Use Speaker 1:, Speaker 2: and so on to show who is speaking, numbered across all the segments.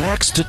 Speaker 1: waste of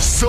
Speaker 2: So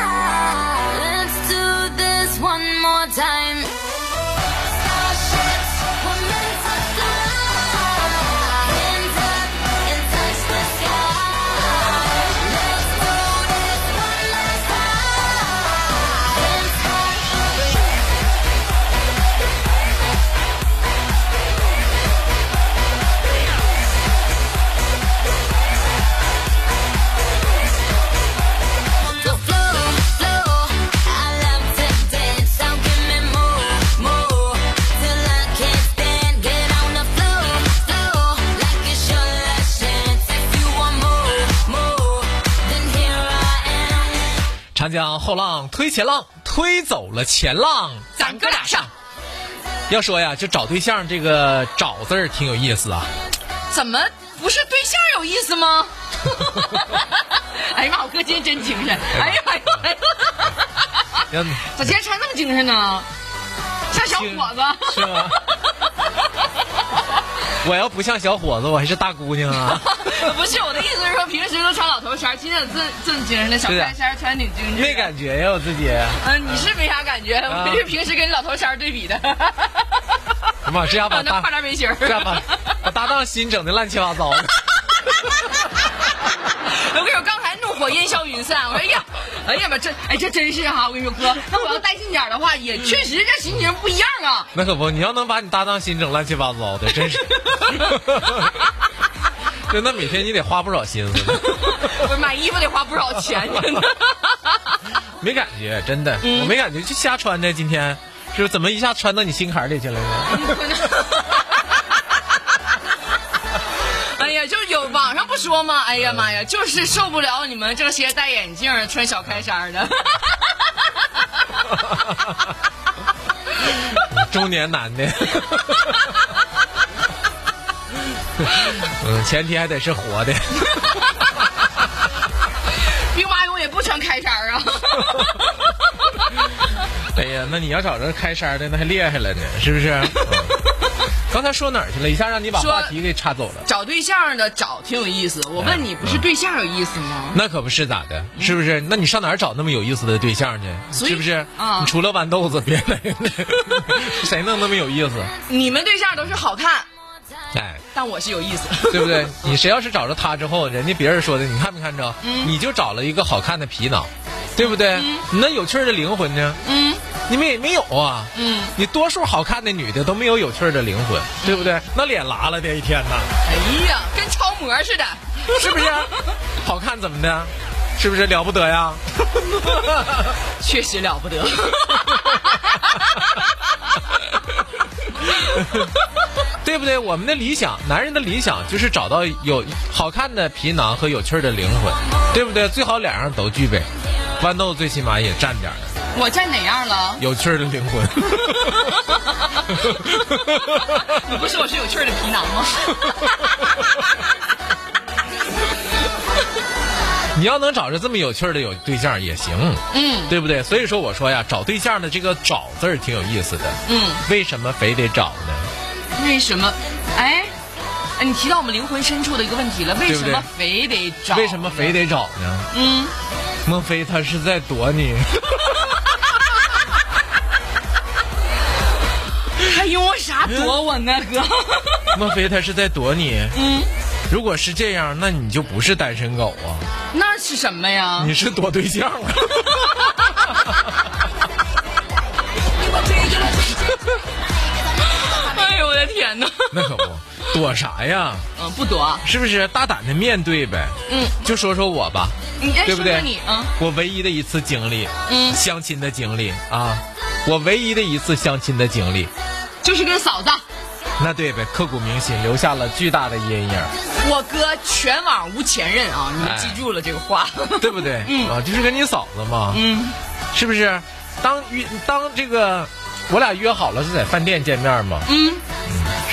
Speaker 3: Let's do this one more time. Starships were meant to fly. Hands up and touch the sky. Let's do this one last time. Inside.
Speaker 1: 长江后浪推前浪，推走了前浪，咱哥俩上。要说呀，就找对象这个“找”字儿挺有意 思啊。
Speaker 4: 怎么不是对象有意思吗？ 哎呀妈，我哥今天真精神！哎呀哎呀哎呀，
Speaker 1: 要你
Speaker 4: 我今天穿那么精神呢，像小伙子。
Speaker 1: 是吗？我要不像小伙子，我还是大姑娘啊。
Speaker 4: 不是我的意思是说，平时都穿老头衫，今天有这这么精神的小
Speaker 1: 对的
Speaker 4: 白衫穿挺精神。
Speaker 1: 没感觉呀，我自 己。
Speaker 4: 嗯，你是没啥感觉，
Speaker 1: 啊
Speaker 4: 我是平时跟老头衫对 比的。
Speaker 1: 妈，这家把
Speaker 4: 啊，那
Speaker 1: 大
Speaker 4: 跨栏背心儿。
Speaker 1: 这家把把搭档心整的乱七八糟的。
Speaker 4: 我跟你说，刚才怒火烟消云散。我说，哎呀，哎呀妈，这哎这真是哈、我跟你说 哥，那我要带劲点儿的话，也确实这心情不一样啊。
Speaker 1: 那可不，你要能把你搭档心整乱七八糟的，真是。就那每天你得花不少心思呢，
Speaker 4: 我买衣服得花不少钱，真的。
Speaker 1: 没感觉，真的，我没感觉，就瞎穿的。今天是不是怎么一下穿到你心坎里去了呢？
Speaker 4: 哎呀，就有网上不说吗？哎呀妈呀，就是受不了你们这些戴眼镜儿、穿小开衫儿的。
Speaker 1: 中年男的。嗯，前提还得是活的。
Speaker 4: 兵马俑也不穿开衫儿啊。
Speaker 1: 哎呀，那你要找着开衫的，那还厉害了呢，是不是？嗯刚才说哪儿去了？一下让你把
Speaker 4: 说
Speaker 1: 话题给岔走了。
Speaker 4: 找对象的找挺有意思，我问你，不是对象有意思吗？
Speaker 1: 那可不是咋的，是不是？那你上哪儿找那么有意思的对象去？
Speaker 4: 所以
Speaker 1: 是不是？
Speaker 4: 啊
Speaker 1: 你除了豌豆子，别的 谁能那么有意思？
Speaker 4: 你们对象都是好看，
Speaker 1: 哎，
Speaker 4: 但我是有意思。
Speaker 1: 对不对？你谁要是找着他之后，人家别人说的，你看没看着？
Speaker 4: 嗯
Speaker 1: 你就找了一个好看的皮囊，对不对？你那有趣儿的灵魂呢？
Speaker 4: 嗯，
Speaker 1: 你们也没有啊。
Speaker 4: 嗯，
Speaker 1: 你多数好看的女的都没有有趣儿的灵魂，对不对？那脸拉了的一天呐。
Speaker 4: 哎呀， 跟超模似的，
Speaker 1: 是不 是？好看怎么的？是不是了不得呀？
Speaker 4: 确实了不得。
Speaker 1: 对不对？我们的理想，男人的理想就是找到有好看的皮囊和有趣儿的灵魂，对不对？最好两样都具备。豌豆最起码也占点儿
Speaker 4: 我站哪样了？
Speaker 1: 有趣儿的灵魂。
Speaker 4: 你 不说我是有趣儿的皮囊吗？
Speaker 1: 你要能找着这么有趣儿的有对象也行，
Speaker 4: 嗯，
Speaker 1: 对不对？所以说我说呀，找对象的这个“找”字儿挺有意思的。
Speaker 4: 嗯，
Speaker 1: 为什么非得找呢？
Speaker 4: 为什么？哎，哎你提到我们灵魂深处的一个问题了，为
Speaker 1: 对不
Speaker 4: 什
Speaker 1: 对
Speaker 4: 么非得找？
Speaker 1: 为什么非得找呢？
Speaker 4: 嗯，
Speaker 1: 莫非他是在躲你？
Speaker 4: 还用哎我啥躲我呢，哥？
Speaker 1: 嗯莫非他是在躲你？嗯，如果是这样，那你就不是单身狗啊，
Speaker 4: 那是什么呀？
Speaker 1: 你是躲对象啊。
Speaker 4: 哎呦我的天哪！
Speaker 1: 那可不，躲啥呀？
Speaker 4: 嗯，不多，
Speaker 1: 是不是？大胆的面对呗。
Speaker 4: 嗯，
Speaker 1: 就说说我吧，
Speaker 4: 你哎，
Speaker 1: 对
Speaker 4: 说
Speaker 1: 不
Speaker 4: 说
Speaker 1: 对？
Speaker 4: 你啊，
Speaker 1: 我唯一的一次经历，
Speaker 4: 嗯
Speaker 1: 相亲的经历啊，我唯一的一次相亲的经历，
Speaker 4: 就是跟嫂子，
Speaker 1: 那对呗，刻骨铭心，留下了巨大的阴影，
Speaker 4: 我哥全网无前任
Speaker 1: 哎
Speaker 4: 啊！你们记住了这 个话。
Speaker 1: 对不对？
Speaker 4: 嗯
Speaker 1: 啊，就是跟你嫂子嘛，
Speaker 4: 嗯，
Speaker 1: 是不是？当约当这个，我俩约好了是在饭店见面嘛，
Speaker 4: 嗯，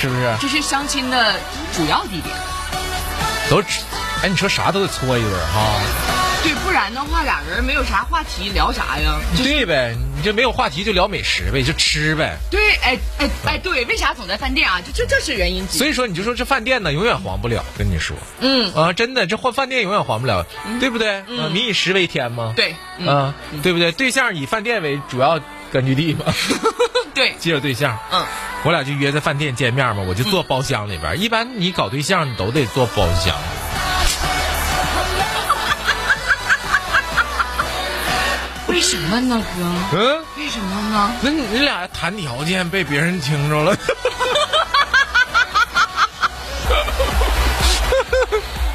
Speaker 1: 是不是？
Speaker 4: 这是相亲的主要地点。
Speaker 1: 都吃，哎，你说啥都得搓一顿儿哈、
Speaker 4: 对，不然的话俩人没有啥话题聊啥呀？
Speaker 1: 对呗，你这没有话题就聊美食呗，就吃呗。
Speaker 4: 对，哎哎哎，对，为啥总在饭店啊？就这这是原因之一。
Speaker 1: 所以说，你就说这饭店呢，永远黄不了。跟你说
Speaker 4: 嗯，
Speaker 1: 啊，真的，这换饭店永远黄不了，对不对？啊，民以食为天嘛。
Speaker 4: 对，嗯，
Speaker 1: 啊，对不对？对象以饭店为主要根据地嘛，
Speaker 4: 对，
Speaker 1: 接着对象。
Speaker 4: 嗯，
Speaker 1: 我俩就约在饭店见面嘛，我就坐包厢里边儿。一般你搞对象，你都得坐包厢。
Speaker 4: 为什么呢，哥？
Speaker 1: 嗯，
Speaker 4: 为什么呢？
Speaker 1: 那你你俩谈条件被别人听 着了，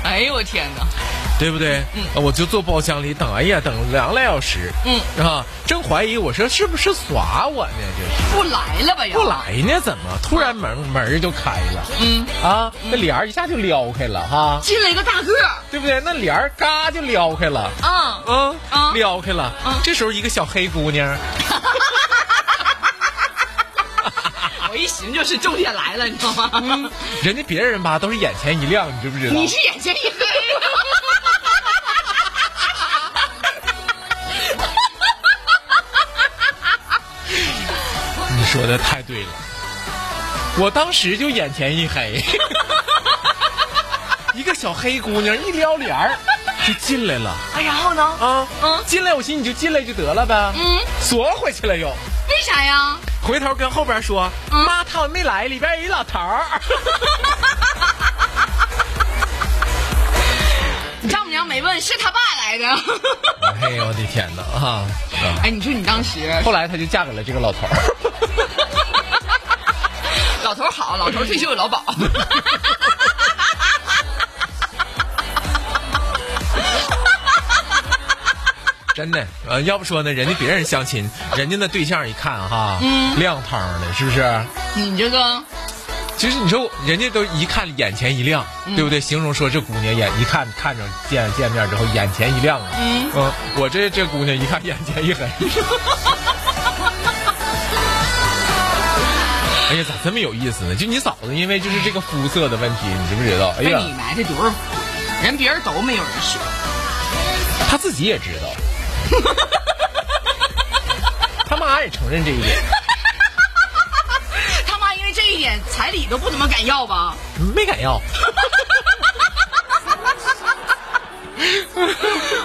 Speaker 4: 哎呦我天哪！
Speaker 1: 对不对？嗯，我就坐包厢里等，哎呀，等两个来小时。
Speaker 4: 嗯
Speaker 1: 啊，正怀疑我说是不是耍我呢？这是。
Speaker 4: 不来了吧？要
Speaker 1: 不来呢？怎么突然门门儿就开了？嗯啊，那帘儿一下就撩开了哈，
Speaker 4: 进来一个大个儿，
Speaker 1: 对不对？那帘儿嘎就撩开了，
Speaker 4: 嗯，
Speaker 1: 嗯
Speaker 4: 啊
Speaker 1: 撩开了。
Speaker 4: 啊
Speaker 1: 这时候一个小黑姑娘，
Speaker 4: 我一寻就是重点来了，你知道吗？
Speaker 1: 人家别人吧都是眼前一亮，你知不知道？
Speaker 4: 嗯你是眼前一黑。
Speaker 1: 你说的太对了，我当时就眼前一 黑，一个小黑姑娘一撩帘儿就进来了
Speaker 4: 哎，然后呢？
Speaker 1: 啊，
Speaker 4: 嗯
Speaker 1: 进来我寻思你就进来就得了呗，
Speaker 4: 嗯，
Speaker 1: 锁回去了又。
Speaker 4: 为啥呀？
Speaker 1: 回头跟后边说：“
Speaker 4: 嗯
Speaker 1: 妈，他们没来，里边有一老头 儿。
Speaker 4: 丈母娘没问，是他爸来 的。”
Speaker 1: 哎呦我的天哪啊！
Speaker 4: 哎，你说你当时
Speaker 1: 后来她就嫁给了这个老头 儿。
Speaker 4: 老头好，老头退休有劳 保。
Speaker 1: 真的，呃，要不说呢，人家别人相亲，人家那对象一看哈，
Speaker 4: 嗯
Speaker 1: 亮堂的，是不是？
Speaker 4: 你这个
Speaker 1: 其实你说，人家都一看眼前一亮，对不对？形容说这姑娘眼一看看着见见面之后眼前一亮啊。嗯，我这这姑娘一看眼前一黑。哎呀，咋这么有意思呢？就你嫂子，因为就是这个肤色的问题，你知不知道？哎
Speaker 4: 被
Speaker 1: 呀，
Speaker 4: 你埋汰多少回？人别人都没有人说，
Speaker 1: 她自己也知道，她妈也承认这一点，
Speaker 4: 他妈因为这一点彩礼都不怎么敢要吧？
Speaker 1: 没敢要。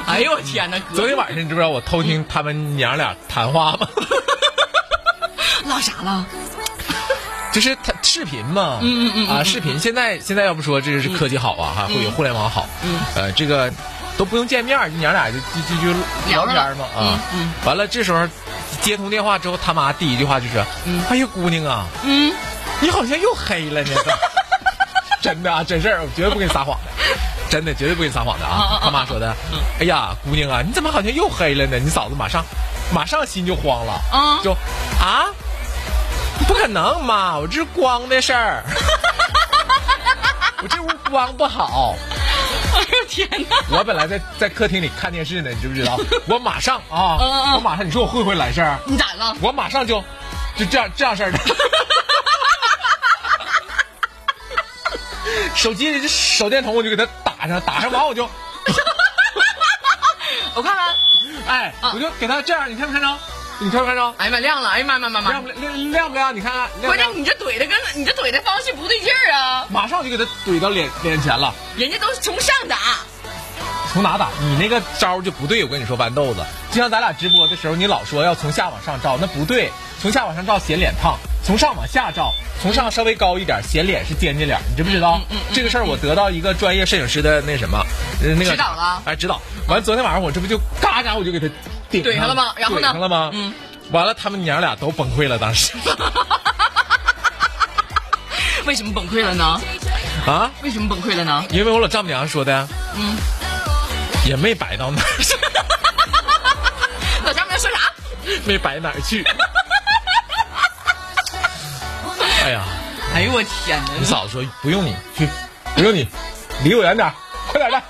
Speaker 4: 哎呦我天哪，哥
Speaker 1: 昨天晚上你知不知道我偷听他们娘俩谈话吗？
Speaker 4: 唠啥了？
Speaker 1: 就是它视频嘛，嗯嗯嗯啊，视频现在现在要不说这是科技好啊，哈，会有互联网好，嗯，呃，这个都不用见面儿，娘俩就就就就聊天儿嘛，啊，嗯，完了这时候接通电话之后，他妈第一句话就是，哎呀姑娘啊，嗯，你好像又黑了呢， 真的啊，真事儿，我绝对不跟你撒谎的。真的，绝对不跟你撒谎的啊！他妈说的，哎呀，姑娘啊，你怎么好像又黑了呢？你嫂子马上，马上心就慌了，
Speaker 4: 嗯
Speaker 1: 就啊，不可能，妈，我这是光的事 儿，我这屋光不好。
Speaker 4: 哎呦天哪！
Speaker 1: 我本来在在客厅里看电视呢，你知不知道？我马上啊
Speaker 4: 嗯嗯，嗯
Speaker 1: 我马上，你说我会不会来事儿？
Speaker 4: 你咋了？
Speaker 1: 我马上就就这样这样事儿的。 手机手电筒我就给它打上，打上完我就，
Speaker 4: 我看啊看，
Speaker 1: 哎，我就给它这样，你看没看着？你看没看着？
Speaker 4: 哎呀妈亮了，哎呀妈妈妈
Speaker 1: 亮不！
Speaker 4: 妈
Speaker 1: 亮？亮不亮？你看看，亮不
Speaker 4: 关
Speaker 1: 亮
Speaker 4: 键？你这怼的跟你这怼的方式不对劲儿啊！
Speaker 1: 马上我就给它怼到脸脸前了。
Speaker 4: 人家都是从上打，
Speaker 1: 从哪打？你那个招儿就不对，我跟你说，豌豆子。就像咱俩直播的时候，你老说要从下往上照，那不对。从下往上照显脸胖，从上往下照，从上稍微高一点显脸是尖尖脸，你知不知道？
Speaker 4: 嗯
Speaker 1: 这个事儿我得到一个专业摄影师的那什么，呃那个
Speaker 4: 指导了
Speaker 1: 哎，指导。完，昨天晚上我这不就嘎嘎我就给他顶
Speaker 4: 怼上了吗然后呢
Speaker 1: 怼上了吗？
Speaker 4: 嗯。
Speaker 1: 完了，他们娘俩都崩溃了，当时
Speaker 4: 为什么崩溃了呢？
Speaker 1: 啊，
Speaker 4: 为什么崩溃了呢？
Speaker 1: 因为我老丈母娘说的，嗯，也没白到哪儿去，
Speaker 4: 老丈母娘说啥？
Speaker 1: 没白哪儿去。 哎呀，
Speaker 4: 哎呦我天
Speaker 1: 你
Speaker 4: 哪！
Speaker 1: 嫂子说不用你去，不用你，离我远点儿，快点儿的。